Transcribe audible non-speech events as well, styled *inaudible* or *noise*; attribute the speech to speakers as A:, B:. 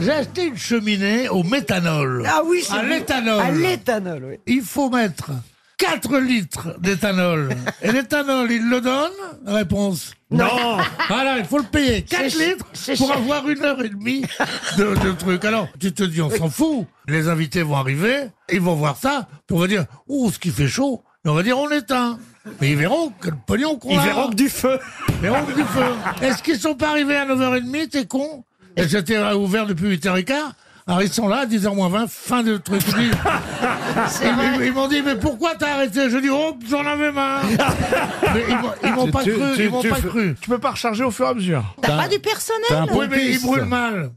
A: J'ai acheté une cheminée au méthanol.
B: Ah oui, c'est
A: À
B: vrai. À
A: l'éthanol.
B: l'éthanol, oui.
A: Il faut mettre 4 litres d'éthanol. Et l'éthanol, il le donne Réponse. Non. Voilà, il faut le payer 4
B: C'est ch-
A: litres
B: c'est
A: pour
B: cher.
A: avoir une heure et demie de, de trucs. Alors, tu te dis, on s'en fout. Les invités vont arriver, ils vont voir ça, puis on va dire, oh, ce qui fait chaud. Et on va dire, on éteint. Mais ils verront que le pognon qu'on
C: Ils
A: a.
C: verront que du feu.
A: Mais on du feu. Est-ce qu'ils sont pas arrivés à 9h30 T'es con Et J'étais ouvert depuis 8h15. Alors ils sont là, 10h 20, fin de
D: *laughs*
A: truc. Je dis- Ils, ils- ils m'ont dit, mais pourquoi t'as arrêté Je dis, oh, j'en avais
D: *laughs*
A: marre. Mais ils m'ont- ils m'ont pas
D: Tu-
A: cru,
D: tu-
A: ils m'ont
D: tu
A: pas
D: fais-
A: cru.
D: Tu peux pas recharger au fur et à mesure.
E: T'as pas du personnel
D: t'as un
A: Oui, mais ils
D: Pompiste.
A: brûlent mal.